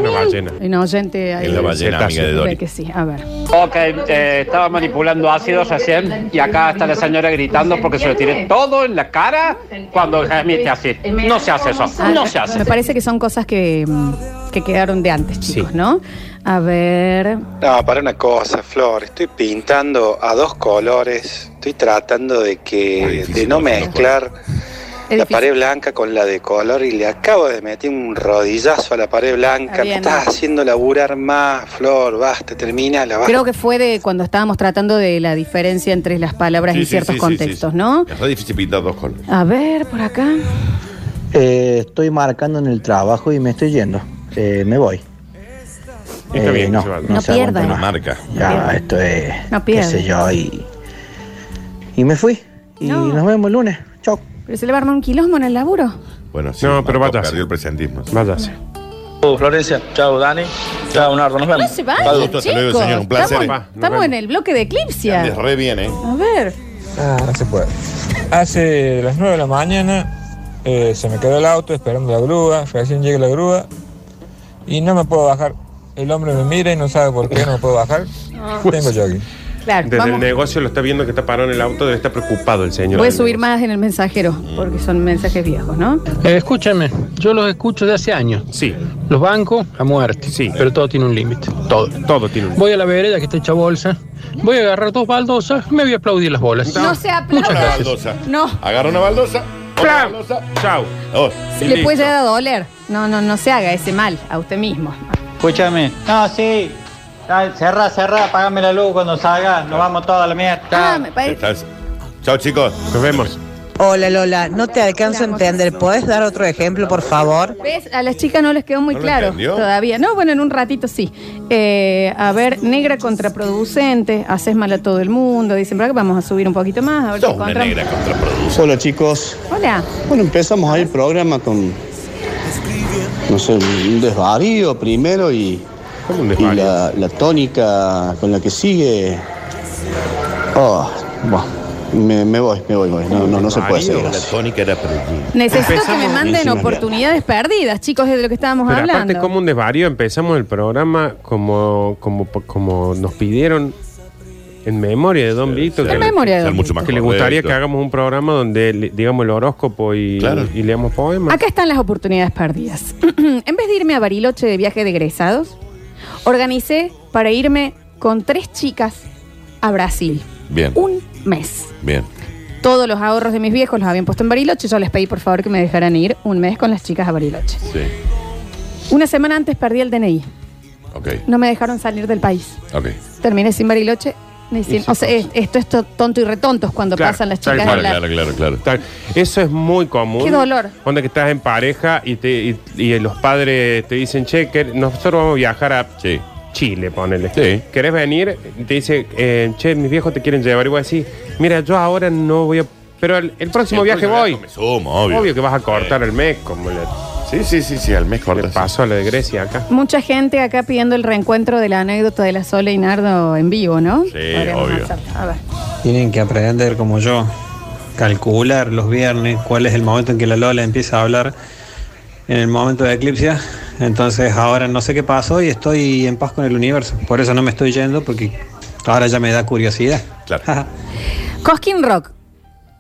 Una ballena. Hay una oyente ahí. Es la ballena cetáceo. amiga de Ve Dory. que sí, a ver. Ok, eh, estaba manipulando ácidos recién y acá está la señora gritando porque se lo tiré todo en la cara cuando se admite así. No se hace eso, no se hace. Ah, Me parece que son cosas que, mm, que quedaron de antes, chicos, ¿no? A ver. No, para una cosa, Flor, estoy pintando a dos colores, estoy tratando de Muy que difícil, de no no, no, no. mezclar Es la difícil. pared blanca con la de color y le acabo de meter un rodillazo a la pared Está blanca. Me bien. estás haciendo laburar más, Flor, basta, termina la Creo que fue de cuando estábamos tratando de la diferencia entre las palabras Sí, en sí, ciertos sí, sí, contextos, sí, sí. ¿no? Es re difícil pintar dos colores. A ver, por acá. Eh, estoy marcando en el trabajo y me estoy yendo. Eh, me voy. Está Eh, bien, no, se va. no, No se pierda. aguanta Una más. marca. Ya, esto es. No qué pierda. sé yo, y. Y me fui. Y No. nos vemos el lunes. Chau. Pero se le va a armar un quilombo en el laburo. Bueno, sí. No, pero Marcos vaya. Perdió el presentismo. Váyase. Florencia, chao Dani, chao Nardo, nos No se vayan, Hasta luego, hasta luego, chicos. señor. Un placer. Estamos, Nos estamos vemos. en el bloque de Eclipse. Andes re bien, ¿eh? A ver. Ah, no se puede. Ah, Hace las 9 de la mañana eh, se me quedó el auto esperando la grúa, recién llega la grúa Pues. y no me puedo bajar. El hombre me mira y no sabe por qué no me puedo bajar. Tengo jogging. Claro, Desde vamos. el negocio lo está viendo que está parado en el auto, debe estar preocupado el señor. Voy a subir más en el mensajero, porque son mensajes viejos, ¿no? Eh, escúchame, yo los escucho de hace años. Sí. Los bancos a muerte. Sí. Pero todo tiene un límite. Todo. Todo tiene un límite. Voy a la vereda que está hecha bolsa. Voy a agarrar dos baldosas. Me voy a aplaudir las bolas. No, se aplaude. Muchas gracias. baldosa. No, Agarra una baldosa. otra baldosa, Chao. Dos. se y le listo. puede llegar a doler. No, no, no se haga ese mal a usted mismo. Escúchame. No, sí. Ay, Cerrá, cerrá, apagame la luz cuando salga. Nos vamos todos a la mierda. Ah, me parece- Estás- Chao, chicos. Nos vemos. Hola Lola, no te alcanzo a entender. ¿Podés dar otro ejemplo, por favor? ¿Ves? A las chicas no les quedó muy ¿No lo claro entendió? todavía. No, bueno, en un ratito sí. Eh, a ver, negra contraproducente, haces mal a todo el mundo. Dicen, ¿verdad que vamos a subir un poquito más? A ver si encontramos. Hola chicos. Hola. Bueno, empezamos ahí el programa con, no sé, un desvarío primero y, y la, la tónica con la que sigue. Oh, bueno, me, me voy, me voy, me voy. No, no, no se puede seguir. La así. tónica era para allí. Necesito que me Empezamos. manden Buenísimo. oportunidades perdidas, chicos, es de lo que estábamos Pero hablando. aparte, como un desvarío, empezamos el programa como, como, como nos pidieron en memoria de Don Víctor. sí. que En le- memoria de Don que Víctor. Que le gustaría que hagamos un programa donde, le- digamos, el horóscopo y, y leamos poemas. Acá están las oportunidades perdidas. en vez de irme a Bariloche de viaje de egresados, organicé para irme con tres chicas a Brasil. Bien, Un mes. bien. Todos los ahorros de mis viejos los habían puesto en Bariloche. Yo les pedí por favor que me dejaran ir un mes con las chicas a Bariloche. Sí. Una semana antes perdí el DNI. Ok, No me dejaron salir del país. ok. Terminé sin Bariloche. ni sin- Esas o sea, es- esto es to- tonto y retontos cuando Claro, pasan las tal chicas. cual, en la- claro, claro. Eso es muy común. Qué dolor. Cuando que estás en pareja y, te, y, y los padres te dicen, che, que nosotros vamos a viajar a Chile, ponele. ¿Querés venir? Te dice, eh, che, mis viejos te quieren llevar. Y voy a decir, mira, yo ahora no voy a... Pero el, el próximo El viaje próximo voy. viaje me sumo, obvio. Eh, que vas a cortar el mes, como le... Sí, sí, sí, sí, al mes cortas. pasó a la de Grecia acá. Mucha gente acá pidiendo el reencuentro de la anécdota de la Sole y Nardo en vivo, ¿no? Sí, obvio. A ver. Tienen que aprender como yo, calcular los viernes, cuál es el momento en que la Lola empieza a hablar en el momento de eclipsia. Entonces ahora no sé qué pasó y estoy en paz con el universo. Por eso no me estoy yendo porque ahora ya me da curiosidad. Claro. Cosquín Rock,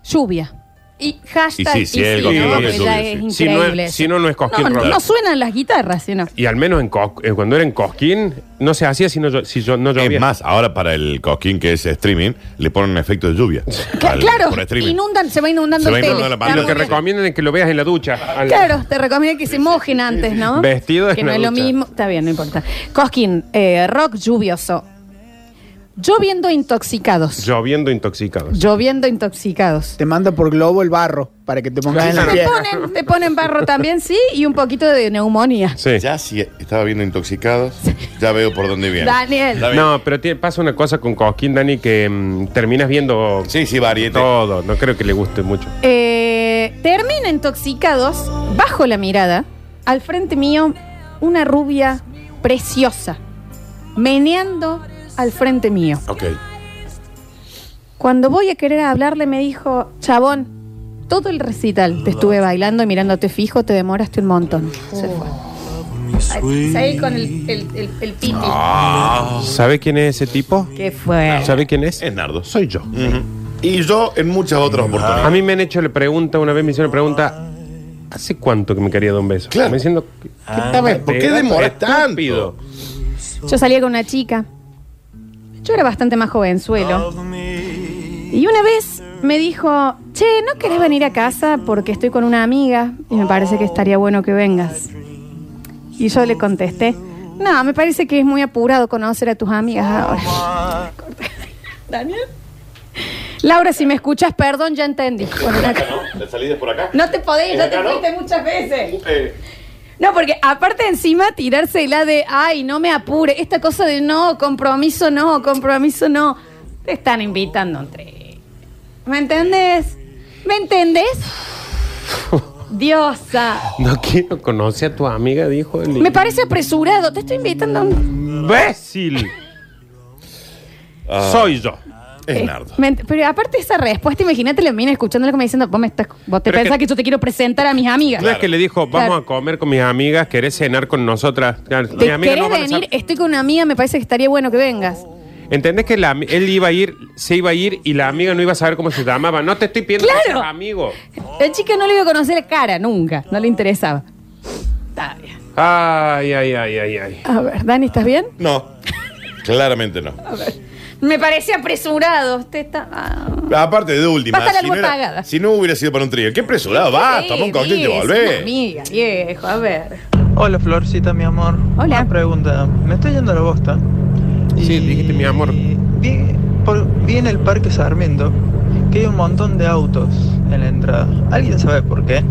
lluvia. Y hashtag. Y sí, sí, el ¿no? Cosquín Rock Porque es ya lluvia, es sí. Si no es- increíble si eso. no, no es Cosquín no, Rock. No suenan las guitarras, sino. Y al menos en Cos- eh, cuando era en Cosquín, no se hacía si no, llo- si yo, no llovía. Es más, ahora para el cosquín que es streaming, le ponen un efecto de lluvia. Al- claro, Por streaming. inundan, se va inundando Se va el tele. inundando la Está Y lo que muy bien. recomiendan es que lo veas en la ducha. al- Claro, te recomiendo que se mojen antes, ¿no? Vestido en Que no la es lo ducha. mismo. Está bien, no importa. Cosquín, eh, rock lluvioso. Lloviendo intoxicados. Lloviendo intoxicados. Lloviendo intoxicados. Te manda por globo el barro para que te pongas en la Te piel. ponen, te ponen barro también, sí, y un poquito de neumonía. Ya si estaba viendo intoxicados, ya veo por dónde viene. Daniel. Está bien. No, pero tiene- pasa una cosa con Cosquín, Dani, que mm, terminas viendo sí, sí, todo. No creo que le guste mucho. Eh, termina intoxicados, bajo la mirada, al frente mío, una rubia preciosa, meneando al frente mío. Ok. Cuando voy a querer hablarle, me dijo, chabón, todo el recital te estuve bailando y mirándote fijo, te demoraste un montón. Se fue. Ay, seguí con el, el- el- el piti. ¿Sabe quién es ese tipo? ¿Qué fue? ¿Sabe quién es? Es Nardo. Soy yo. Y yo en muchas otras oportunidades. A mí me han hecho la pregunta, una vez me hicieron la pregunta, ¿hace cuánto que me quería dar un beso? Claro. Me diciendo, ¿qué Ah, estaba ¿por qué demoras tanto? rápido? Yo salía con una chica. Yo era bastante más jovenzuelo. Y una vez me dijo, che, ¿no querés venir a casa porque estoy con una amiga y me parece que estaría bueno que vengas? Y yo le contesté, no, me parece que es muy apurado conocer a tus amigas ahora. ¿Daniel? Laura, si me escuchas, perdón, ya entendí. Bueno, Acá, ¿no? La salida es por acá. no te podés, Es ya acá, te ¿no? fuiste muchas veces. Uh, Eh, No, porque aparte encima tirársela de, ay, no me apure, esta cosa de no, compromiso no, compromiso no, te están invitando entre... ¿Me entendés? ¿Me entendés? Diosa. No quiero conocer a tu amiga, dijo él. Me parece apresurado, te estoy invitando a un... ¡Imbécil! Soy yo. Eh, me ent- Pero aparte esa respuesta, imagínate la mina escuchándolo como diciendo, vos, me estás, vos te Pero es pensás que- que... yo te quiero presentar a mis amigas. No es que le dijo, vamos Claro. a comer con mis amigas, querés cenar con nosotras. Claro, ¿Te mis amigas querés no van a venir? Estoy con una amiga, me parece que estaría bueno que vengas. ¿Entendés que la- él iba a ir, se iba a ir y la amiga no iba a saber cómo se llamaba? No te estoy pidiendo que Claro. seas amigo. La chica no le iba a conocer la cara nunca, no le interesaba. Está bien. Ay, ay, ay, ay, ay. A ver, Dani, ¿estás bien? No. Claramente no. Me parece apresurado. Usted está. ah. Aparte de última, Pásale si algo no, era- apagada. si no hubiera sido para un trío, qué apresurado vas, Sí, Ah, toma un cóctel y te mire, es una volvés. Amiga, viejo, a ver. Hola Florcita, mi amor. Hola. Una pregunta. Me estoy yendo a la bosta. Sí, dijiste mi amor. eh, Vi, por- vi en el Parque Sarmiento que hay un montón de autos en la entrada. ¿Alguien sabe por qué?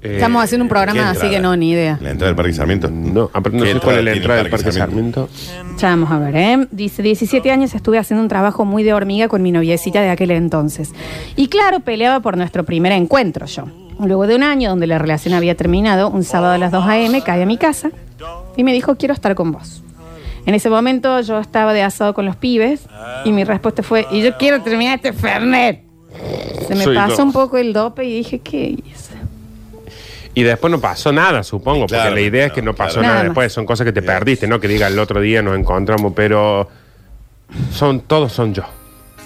Eh, Estamos haciendo un programa, así que no, ni idea. ¿La entrada del Parque Sarmiento? No, aparte Ah, no ¿Qué sé cuál es la tiene entrada el del Parque Sarmiento. Ya vamos a ver, ¿eh? Dice, 17 años estuve haciendo un trabajo muy de hormiga con mi noviecita de aquel entonces. Y claro, peleaba por nuestro primer encuentro yo. Luego de un año donde la relación había terminado, un sábado a las 2 a.m. caí a mi casa y me dijo, quiero estar con vos. En ese momento yo estaba de asado con los pibes y mi respuesta fue, y yo quiero terminar este Fernet. Se me Soy pasó yo. un poco el dope y dije, ¿qué hice? Y después no pasó nada, supongo, porque la idea es que no pasó claro. nada, Nada más. después, son cosas que te perdiste, no que diga el otro día nos encontramos, pero son todos son yo.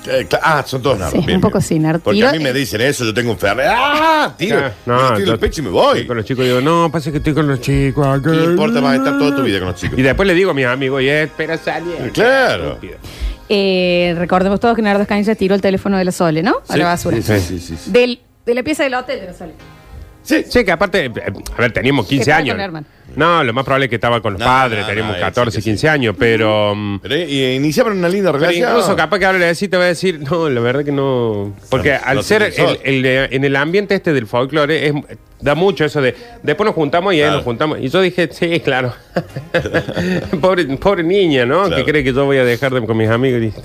Eh, cla- ah, son todos nardos. Sí, bien, un poco sin arte. Porque a mí me dicen eso, yo tengo un Fernet. ¡Ah! Tiro. Ah, No, tiro el yo- pecho y me voy. estoy Con los chicos digo, no, pasa que estoy con los chicos. acá". No importa, vas a estar toda tu vida con los chicos. Y después le digo a mis amigos, y espera salir. Claro. Eh, recordemos todos que Nardo Escanilla tiró el teléfono de la Sole, ¿no? A la basura. Sí, sí, sí. Del- de la pieza del hotel de la Sole. Sí, sí, que aparte, eh, a ver, teníamos 15 estaba con años. Herman. No, lo más probable es que estaba con los padres, teníamos 14, 15 años, pero. mm, Pero eh, iniciaron una linda relación. incluso capaz que ahora le decís, te va a decir, no, la verdad que no. Porque No, al no ser se utilizó. el- el de- en el ambiente este del folclore, es, da mucho eso de. Después nos juntamos y ahí nos juntamos. Y yo dije, sí, claro. pobre, pobre niña, ¿no? Que cree que yo voy a dejar de- con mis amigos. Y dije,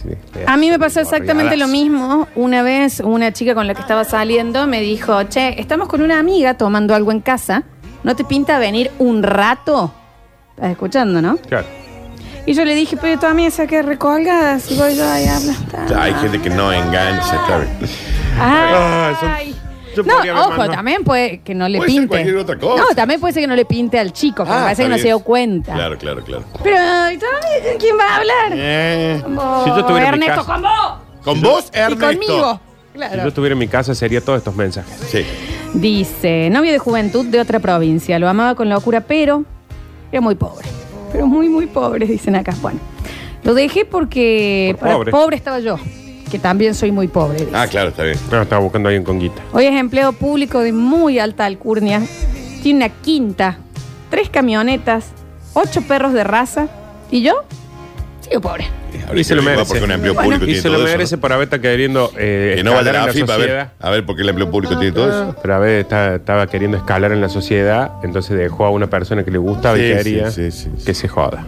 A mí me pasó exactamente lo mismo. Una vez una chica con la que estaba saliendo me dijo, che, estamos con una amiga tomando algo en casa. ¿No te pinta venir un rato? Estás escuchando, ¿no? Claro. Y yo le dije, pero tu amiga se que recolgada, si voy yo ahí a aplastar". Hay gente que no engancha, está bien. Ay. yo podría No, haber ojo, mandado. también puede que no le Puede ser pinte. cualquier otra cosa. No, también puede ser que no le pinte al chico, que Ah, me parece que está no bien. se dio cuenta. Claro, claro, claro. Pero, ay, ¿quién va a hablar? Eh. Con vos, Si yo estuviera en mi Ernesto, casa. con vos. Con vos, Y conmigo. Si yo Claro. estuviera en mi casa, sería todos estos mensajes. Sí. Dice, novio de juventud de otra provincia. Lo amaba con locura, pero era muy pobre. Pero muy, muy pobre, dicen acá. Bueno, lo dejé porque Por para- pobre. pobre. estaba yo, que también soy muy pobre. dice. Ah, claro, está bien. No, estaba buscando a alguien con guita. Hoy es empleo público de muy alta alcurnia. Tiene una quinta, tres camionetas, ocho perros de raza. ¿Y yo? Sigo pobre. Y se lo merece. Porque un empleo público y tiene se lo todo eso, merece por haber estado queriendo. eh, Que no va a escalar en la la AFIP, a ver, sociedad. a ver por qué el empleo público tiene todo eso. Pero a ver, está- estaba queriendo escalar en la sociedad, entonces dejó a una persona que le gustaba y Sí, quería sí, que se joda.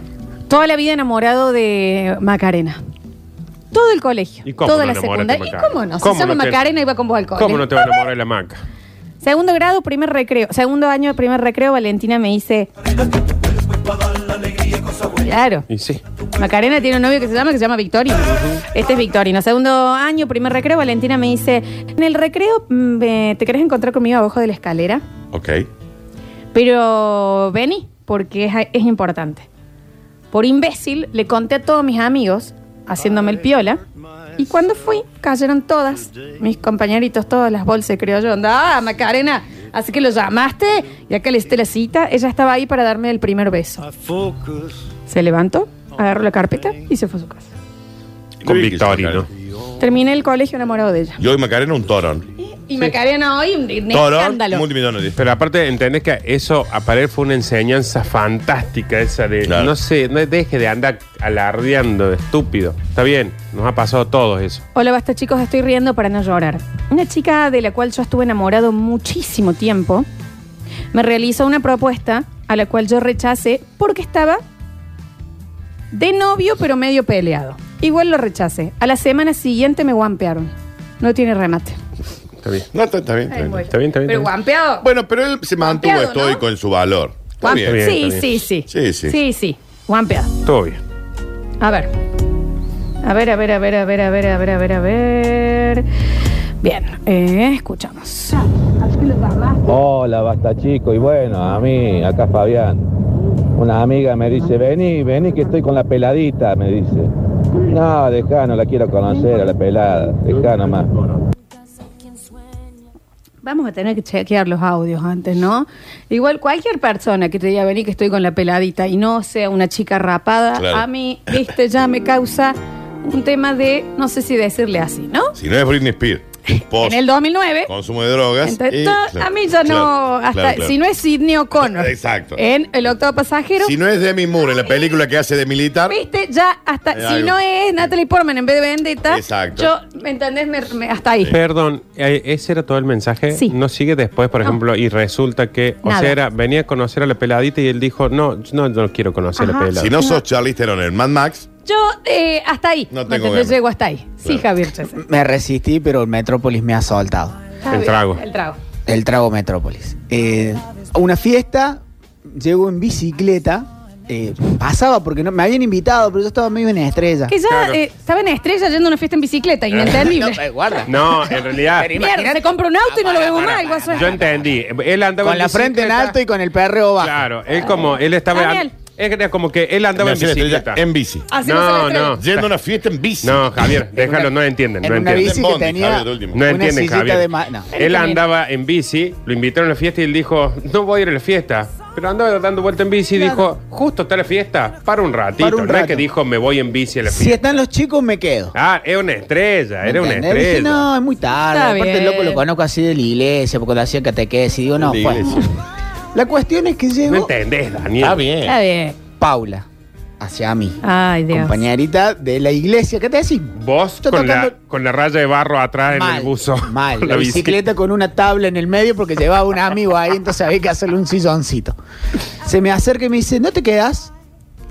Toda la vida enamorado de Macarena. Todo el colegio. ¿Y cómo toda no la enamorarte de secundaria. ¿Y Macarena? cómo no? ¿Cómo se llama no te- Macarena y va con vos al colegio. ¿Cómo no te va a enamorar la maca? Segundo grado, primer recreo. Segundo año, primer recreo, Valentina me dice. Claro. Y sí. Macarena tiene un novio que se llama, que se llama Victorino. Este es Victorino. Segundo año, primer recreo, Valentina me dice, en el recreo mm, eh, te querés encontrar conmigo abajo de la escalera, Ah. Ok. pero vení, porque es, es importante. Por imbécil, le conté a todos mis amigos, haciéndome el piola, y cuando fui, cayeron todas, mis compañeritos, todas las bolsas, creo yo, andaba, ah, Macarena, así que lo llamaste, y acá le hice la cita, ella estaba ahí para darme el primer beso. Se levantó, agarró la carpeta y se fue a su casa. Con Victorino. Terminé el colegio enamorado de ella. Yo y Macarena un torón. Y Macarena hoy, un un Todos escándalo. multimillonarios. Pero aparte, entendés que eso a pared fue una enseñanza fantástica, esa de Claro. no sé, no deje de andar alardeando de estúpido. Está bien, nos ha pasado a todos eso. Hola, basta chicos, estoy riendo para no llorar. Una chica de la cual yo estuve enamorado muchísimo tiempo me realizó una propuesta a la cual yo rechacé porque estaba de novio pero medio peleado. Igual lo rechacé. A la semana siguiente me guampearon. No tiene remate. Está bien. No, está, está bien, Ay, está bien. bueno. Pero guampeado. Bueno, pero él se mantuvo Guampeado, ¿no? estoico en su valor. Está Guam- bien. sí, sí, sí. Sí, sí. Sí, sí. Guampeado. Todo bien. A ver. A ver, a ver, a ver, a ver, a ver, a ver, a ver, a ver. Bien, eh, escuchamos. Hola, basta chico. Y bueno, a mí, acá Fabián. Una amiga me dice, vení, vení que estoy con la peladita, me dice. No, dejá, no la quiero conocer a la pelada, dejá nomás. Vamos a tener que chequear los audios antes, ¿no? Igual cualquier persona que te diga, vení que estoy con la peladita y no sea una chica rapada, Claro. a mí, viste, ya me causa un tema de, no sé si decirle así, ¿no? Si no es Britney Spears, post En el 2009, consumo de drogas. entonces, y- todo- claro, a mí ya claro, no, hasta, claro, claro. si no es Sidney O'Connor, Exacto. en El Octavo Pasajero, Si no es Demi Moore en la película que hace de militar, viste, ya hasta, Hay si algo. no es Natalie Portman en vez de Vendetta, Exacto. yo, ¿me entendés? Me- me- hasta ahí. Perdón, eh, ese era todo el mensaje. No sigue después, por ejemplo, y resulta que, o Nada. sea, era, venía a conocer a la peladita y él dijo, no, no, no quiero conocer a la Ajá. peladita. Si no sos Charlize Theron en Mad Max, Yo, eh, hasta ahí, ¿me No tengo entendés? ganas. Llego hasta ahí. Sí, Javier. ya sé. Me resistí, pero el Metrópolis me ha soltado. Está bien, El trago. El trago Metrópolis. Eh, a una fiesta, llego en bicicleta. eh, pasaba porque no, me habían invitado, pero yo estaba medio en estrella. Que ya eh, estaba en estrella yendo a una fiesta en bicicleta, inentendible. No, eh, guarda. No, en realidad. Mierda, se compra un auto y no lo vemos más, el guaso. Yo entendí. Él andaba Con la frente en bicicleta. alto y con el perreo bajo. Claro, él como, él estaba. Daniel. Era como que él andaba en Nació la estrella bicicleta. "Em-". en bici. Así no se la no, estrella. no. Yendo a una fiesta en bici. No, Javier, En déjalo, una- no entienden. en no una entienden. bici que Bondi, tenía Javier, de última. no una entienden, sillita Javier. de ma- no. Él andaba en bici, lo invitaron a la fiesta y él dijo, no voy a ir a la fiesta. Pero andaba dando vuelta en bici y Claro. dijo, justo está la fiesta, para un ratito. Para un No es rato. que dijo, me voy en bici a la Si fiesta. están los chicos, me quedo. Ah, era una estrella, era una ¿Entendés? Dije, estrella. no, es muy tarde. Está Aparte, bien. el loco lo conozco así de la iglesia, porque lo hacía catequesis. Y digo, no, De fue. iglesia. La cuestión es que llego. No entendés, Daniel. Está bien. Está bien. Paula, hacia mí. Ay, Dios. Compañerita de la iglesia, ¿qué te decís? Vos Yo con la, tocando- con la raya de barro atrás Ah, en el Mal, buzo. Mal, Con la bici. bicicleta con una tabla en el medio porque llevaba un amigo ahí, entonces había que hacerle un silloncito. Se me acerca y me dice, ¿no te quedas?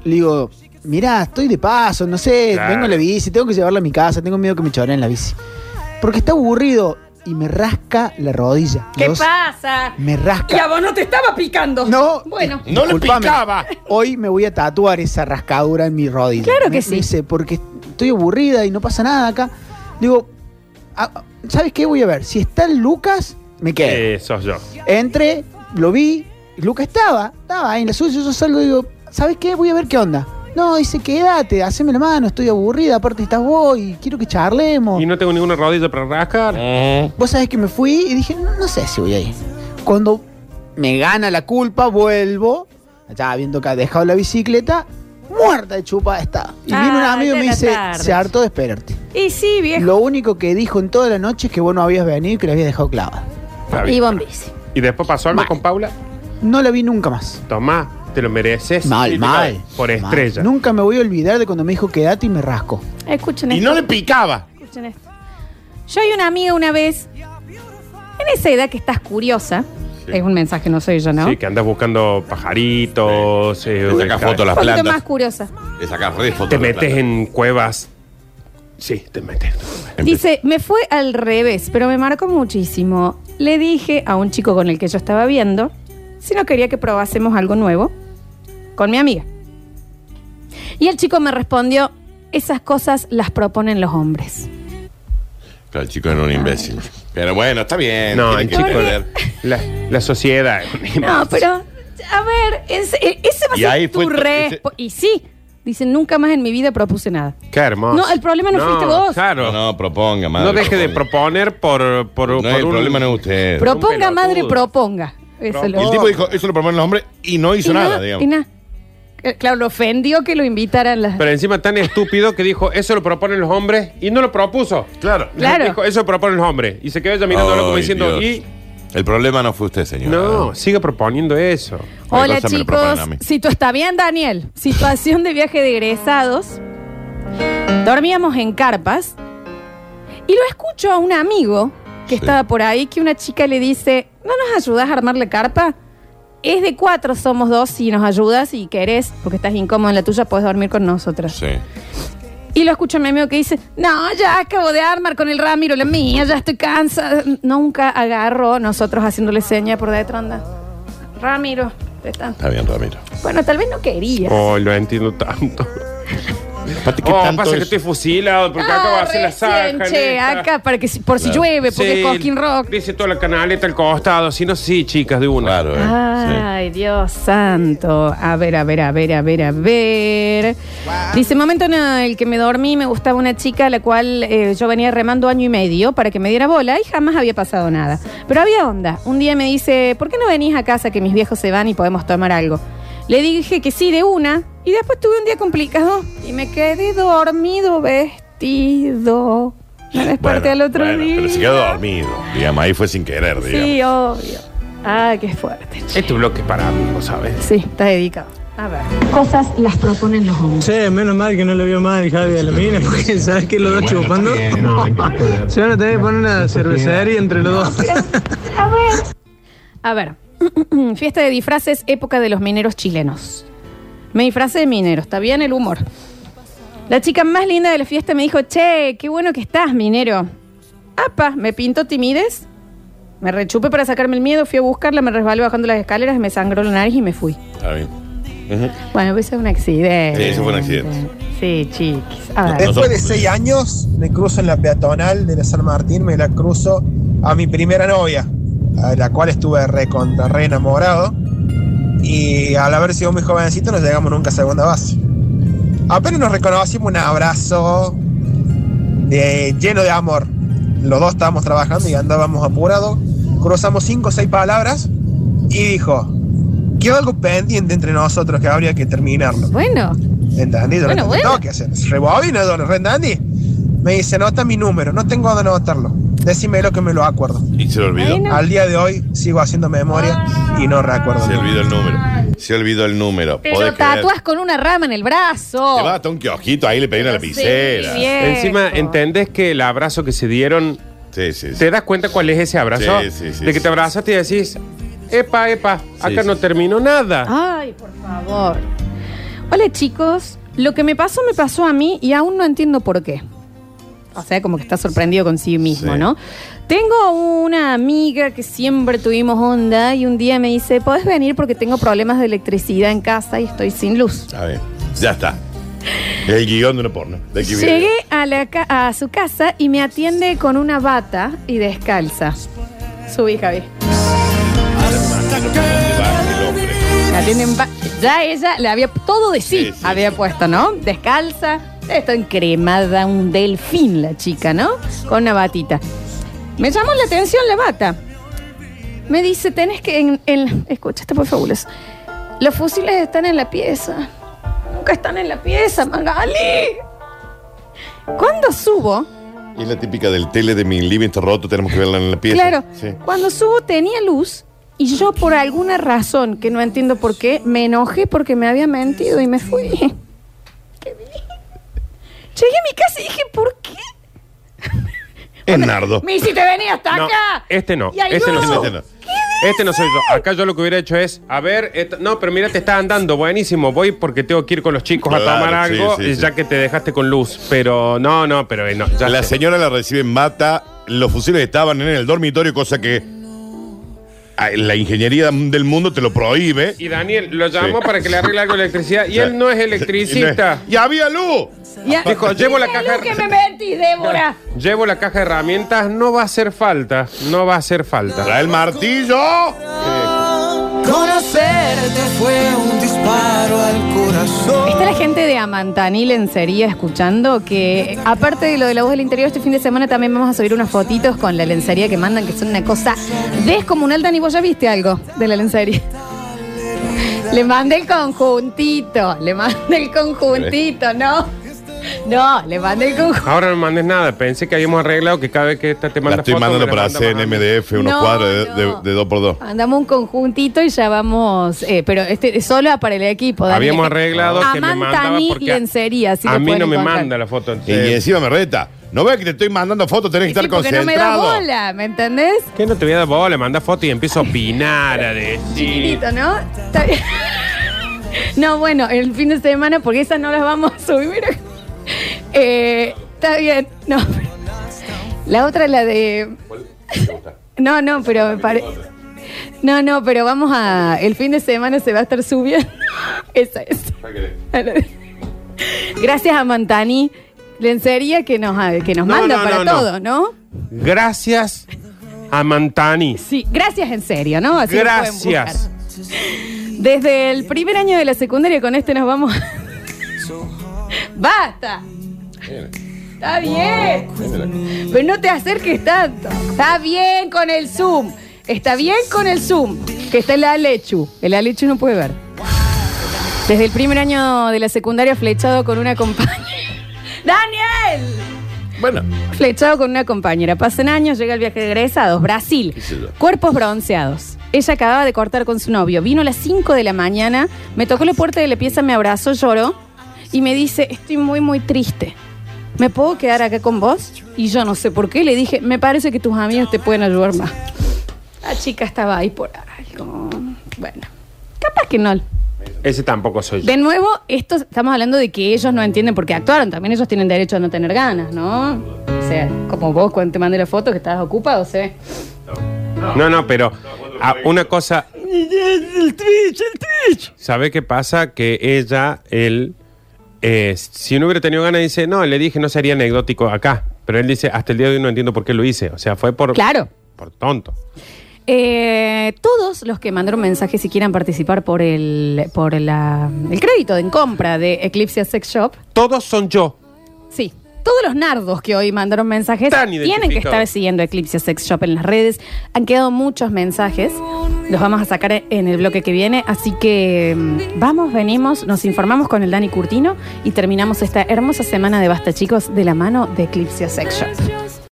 Le digo, mirá, estoy de paso, no sé, Claro. vengo en la bici, tengo que llevarla a mi casa, tengo miedo que me choreen la bici. Porque está aburrido y me rasca la rodilla. ¿Qué Yo- pasa? Me rasca. Y a vos no te estaba picando. No. Bueno. le Hoy me voy a tatuar esa rascadura en mi rodilla. Claro que Me- me sí. dice, porque estoy aburrida y no pasa nada acá. Digo, ah, ¿sabes qué? Voy a ver. Si está el Lucas, me quedo. Eh, sos yo. Entré, lo vi, Lucas estaba, estaba ahí en la suya, yo salgo y digo, ¿sabes qué? Voy a ver qué onda. No, dice, quédate, haceme la mano, estoy aburrida, aparte estás vos y quiero que charlemos. Y no tengo ninguna rodilla para rascar. Eh. Vos sabés que me fui y dije, no, no sé si voy a ir. Cuando me gana la culpa, vuelvo, ya viendo que ha dejado la bicicleta, muerta de chupa está. Y viene un Ah, amigo y ya me era dice, tarde. se hartó de esperarte. Y sí, viejo. Lo único que dijo en toda la noche es que vos no habías venido y que la habías dejado clavada. Está bien. Y vos en bici. Y después pasó algo con Paula. No la vi nunca más. Tomá, te lo mereces. Mal, Y te mal. cae Por estrella. Nunca me voy a olvidar de cuando me dijo quédate y me rasco. Escuchen Y esto. no le picaba. Escuchen esto. Yo hay una amiga una vez, en esa edad que estás curiosa, es un mensaje, no soy yo, ¿no? Sí, que andas buscando pajaritos. eh, Te sacas ca- fotos a las un poquito plantas. más curiosa. Le sacas re fotos Te a las metes plantas. en cuevas. Sí, te metes. Dice, me fue al revés, pero me marcó muchísimo. Le dije a un chico con el que yo estaba viendo si no quería que probásemos algo nuevo con mi amiga. Y el chico me respondió, esas cosas las proponen los hombres. Claro, el chico era un imbécil. Pero bueno, está bien. No, tiene el que chico entender. La, la sociedad. No, pero, a ver, ese, ese va a Y ser ahí tu fue to- respo- Y sí, dice, nunca más en mi vida propuse nada. Qué hermoso. No, el problema no fuiste vos. Claro. No, proponga, madre. No deje de proponga. proponer por, por, No, el problema no es usted. Proponga, madre, proponga. Eso Y lo- el tipo dijo, eso lo proponen los hombres y no hizo Y nada, nada, digamos. y nada. Eh, Claro, lo ofendió que lo invitaran las... Pero encima tan estúpido que dijo, eso lo proponen los hombres y no lo propuso. Claro. Claro. Dijo, eso lo proponen los hombres. Y se quedó ella mirándolo como Ay, diciendo, Dios. y El problema no fue usted, señor. no, sigue proponiendo eso. Hola chicos, si tú está bien Daniel, situación de viaje de egresados, dormíamos en carpas y lo escucho a un amigo que estaba por ahí que una chica le dice, ¿no nos ayudas a armar la carpa? Es de cuatro, somos dos, si nos ayudas y querés, porque estás incómodo en la tuya, puedes dormir con nosotras. Y lo escucho a mi amigo que dice, no, ya acabo de armar con el Ramiro la mía, ya estoy cansada. Nunca agarró nosotros haciéndole señas por detrás. anda. Ramiro, te están- Está bien, Ramiro. Bueno, tal vez no quería. Oh, lo entiendo tanto. Aparte, ¿qué Oh, tanto pasa que es? estoy fusilado porque Ah, acá va a hacer la recién, zanja. che, neta. acá, para que, si- por si Claro. llueve, porque Sí, es Cosquín Rock. Dice toda la canaleta al costado, si no, sí, chicas, de una. Claro, Ay, Dios santo. A ver, a ver, a ver, a ver, a ver. Dice, momento en el que me dormí, me gustaba una chica a la cual eh, yo venía remando año y medio para que me diera bola y jamás había pasado nada. Pero había onda. Un día me dice, ¿por qué no venís a casa que mis viejos se van y podemos tomar algo? Le dije que sí de una y después tuve un día complicado y me quedé dormido vestido. Me desperté al otro bueno, día. Pero se quedó dormido, digamos, ahí fue sin querer, digamos. sí, obvio. Ah, qué fuerte. Este bloque es para mí, vos sabés. Sí, está dedicado. A ver. Cosas las proponen los hombres. Sí, menos mal que no le vio mal Javi a la mina, porque ¿sabes que lo dos chupando? Se van a tener que poner una cervecería entre los dos. A ver, fiesta de disfraces, época de los mineros chilenos. Me disfracé de minero, está bien el humor. La chica más linda de la fiesta me dijo, che, qué bueno que estás, minero. Apa, me pintó timidez, me rechupé para sacarme el miedo, fui a buscarla, me resbalé bajando las escaleras, me sangró la nariz y me fui. Está bien. Ujú. Bueno, eso es un accidente. Sí, eso fue un accidente. Sí, chiquis. A ver. Después de seis años, me cruzo en la peatonal de la San Martín, me la cruzo a mi primera novia, a la cual estuve re, contra, re enamorado. Y al haber sido muy jovencito, no llegamos nunca a segunda base. Apenas nos reconocimos, un abrazo de, lleno de amor. Los dos estábamos trabajando y andábamos apurados. Cruzamos cinco o seis palabras y dijo: Quedó algo pendiente entre nosotros que habría que terminarlo. Bueno. ¿Entendí? Yo Bueno, no bueno. tengo que hacer. Rebobina, don ¿entendí? Me dice, anota mi número, no tengo dónde anotarlo. Decímelo que me lo acuerdo. Y se le olvidó. Al día de hoy sigo haciendo memoria y no recuerdo. Se olvidó el número. Se olvidó el número. Te Podés lo creer. tatúas con una rama en el brazo. Te vas hasta un kiosquito, ahí le pedí una lapicera. sí, bien. Encima, ¿entendés que el abrazo que se dieron. ¿Te das cuenta cuál es ese abrazo? Sí, sí, sí, de que sí. te abrazaste y decís, epa, epa, acá sí, no terminó nada. Ay, por favor. Hola chicos, lo que me pasó me pasó a mí y aún no entiendo por qué. O sea, como que está sorprendido con sí mismo, Sí. ¿no? Tengo una amiga que siempre tuvimos onda y un día me dice, ¿podés venir porque tengo problemas de electricidad en casa y estoy sin luz? A ver, ya está. Es el guión de una porno. De aquí viene. Llegué a, la ca- a su casa y me atiende con una bata y descalza. Subí, Javi. Me atiende en ba- ya ella le había todo de sí, había puesto, ¿no? Descalza, está encremada, un delfín la chica, ¿no? Con una batita. Me llamó la atención la bata. Me dice, tenés que... En, en- escucha, está por fabuloso. Los fusiles están en la pieza. Nunca están en la pieza, Magali. Cuando subo, Es la típica del tele de mi living está roto, tenemos que verla en la pieza. claro, Sí. cuando subo tenía luz y yo por alguna razón que no entiendo por qué, me enojé porque me había mentido y me fui. Qué bien. Llegué a mi casa y dije, ¿por qué? Es Nardo. Me hiciste venir hasta No, acá. este no, Y ahí este no, no. soy yo. Este no soy yo. Acá yo lo que hubiera hecho es, a ver, esto- no, pero mira, te está andando, buenísimo. Voy porque tengo que ir con los chicos a Claro, tomar sí, algo, eh, sí, sí. ya que te dejaste con luz. Pero no, no, pero eh, no. ya la sé. señora la recibe en mata, los fusiles estaban en el dormitorio, cosa que ah, la ingeniería del mundo te lo prohíbe. Y Daniel lo llamó Sí. para que le arregle algo de electricidad y Sí. él no es electricista. ¡Y había luz! Ya- Dijo, llevo la Mira caja. lo que me mentís, Débora. Llevo la caja de herramientas, no va a hacer falta, no va a hacer falta. ¡Trae el martillo! Conocerte fue un disparo al corazón. Está la gente de Amantaní Lencería escuchando que, aparte de lo de la voz del interior, este fin de semana también vamos a subir unas fotitos con la lencería que mandan, que son una cosa descomunal. Dani, vos ya viste algo de la lencería. Le mandé el conjuntito, le mandé el conjuntito, ¿no? No, le mandé el conjuntito. Ahora no mandes nada, pensé que habíamos arreglado que cada vez que esta te La manda estoy fotos, mandando me para las manda hacer en más. MDF unos No, cuadros de- de, no. de dos por dos. Mandamos un conjuntito y ya vamos, eh, pero este es solo para el equipo. Dani. Habíamos arreglado que me mandaba Amantani porque a- Lencería, así a lo mí pueden no me encontrar. manda la foto. Y encima me reta. No ves que te estoy mandando fotos, tenés que estar Porque no me da concentrado. bola, ¿me entendés? ¿Qué no te voy a dar bola? Manda foto y empiezo a opinar, a decir. Chiquitito, ¿no? Está bien. No, bueno, el fin de semana, porque esas no las vamos a subir. Eh, está bien, no. La otra es la de. No, no, pero me pare- No, no, pero vamos a. El fin de semana se va a estar subiendo. Esa es. Gracias a Mantani, lencería que nos, que nos No, manda no, para no, no. todo, ¿no? Gracias a Mantani. Sí, gracias en serio, ¿no? Así lo pueden Gracias. buscar. Desde el primer año de la secundaria con este nos vamos. ¡Basta! Está bien. Pero no te acerques tanto. Está bien con el Zoom. Está bien con el Zoom. Que está el Alechu. El Alechu no puede ver. Desde el primer año de la secundaria flechado con una compañera. ¡Daniel! Bueno. Flechado con una compañera. Pasan años, llega el viaje de egresados, Brasil. Cuerpos bronceados. Ella acababa de cortar con su novio. Vino a las 5 de la mañana, me tocó la puerta de la pieza, me abrazó, lloró y me dice, estoy muy, muy triste. ¿Me puedo quedar acá con vos? Y yo no sé por qué, le dije, me parece que tus amigos te pueden ayudar más. La chica estaba ahí por algo. Bueno, capaz que no. Ese tampoco soy yo. De nuevo, esto estamos hablando de que ellos no entienden por qué actuaron. También ellos tienen derecho a no tener ganas, ¿no? O sea, como vos cuando te mandé la foto que estabas ocupado, se ve. No, no, pero ah, una cosa, El Twitch, el Twitch. ¿sabe qué pasa? Que ella, él, eh, si no hubiera tenido ganas, dice, no, le dije, no sería anecdótico acá. Pero él dice, hasta el día de hoy no entiendo por qué lo hice. O sea, fue por, Claro. por tonto. Eh, todos los que mandaron mensajes y quieran participar por el por la- el crédito en compra de Eclipse Sex Shop, Todos son yo. sí, todos los nardos que hoy mandaron mensajes Están tienen que identificados. estar siguiendo Eclipse Sex Shop en las redes. Han quedado muchos mensajes, los vamos a sacar en el bloque que viene, así que mm, vamos, venimos, nos informamos con el Dani Curtino y terminamos esta hermosa semana de Basta Chicos de la mano de Eclipse Sex Shop.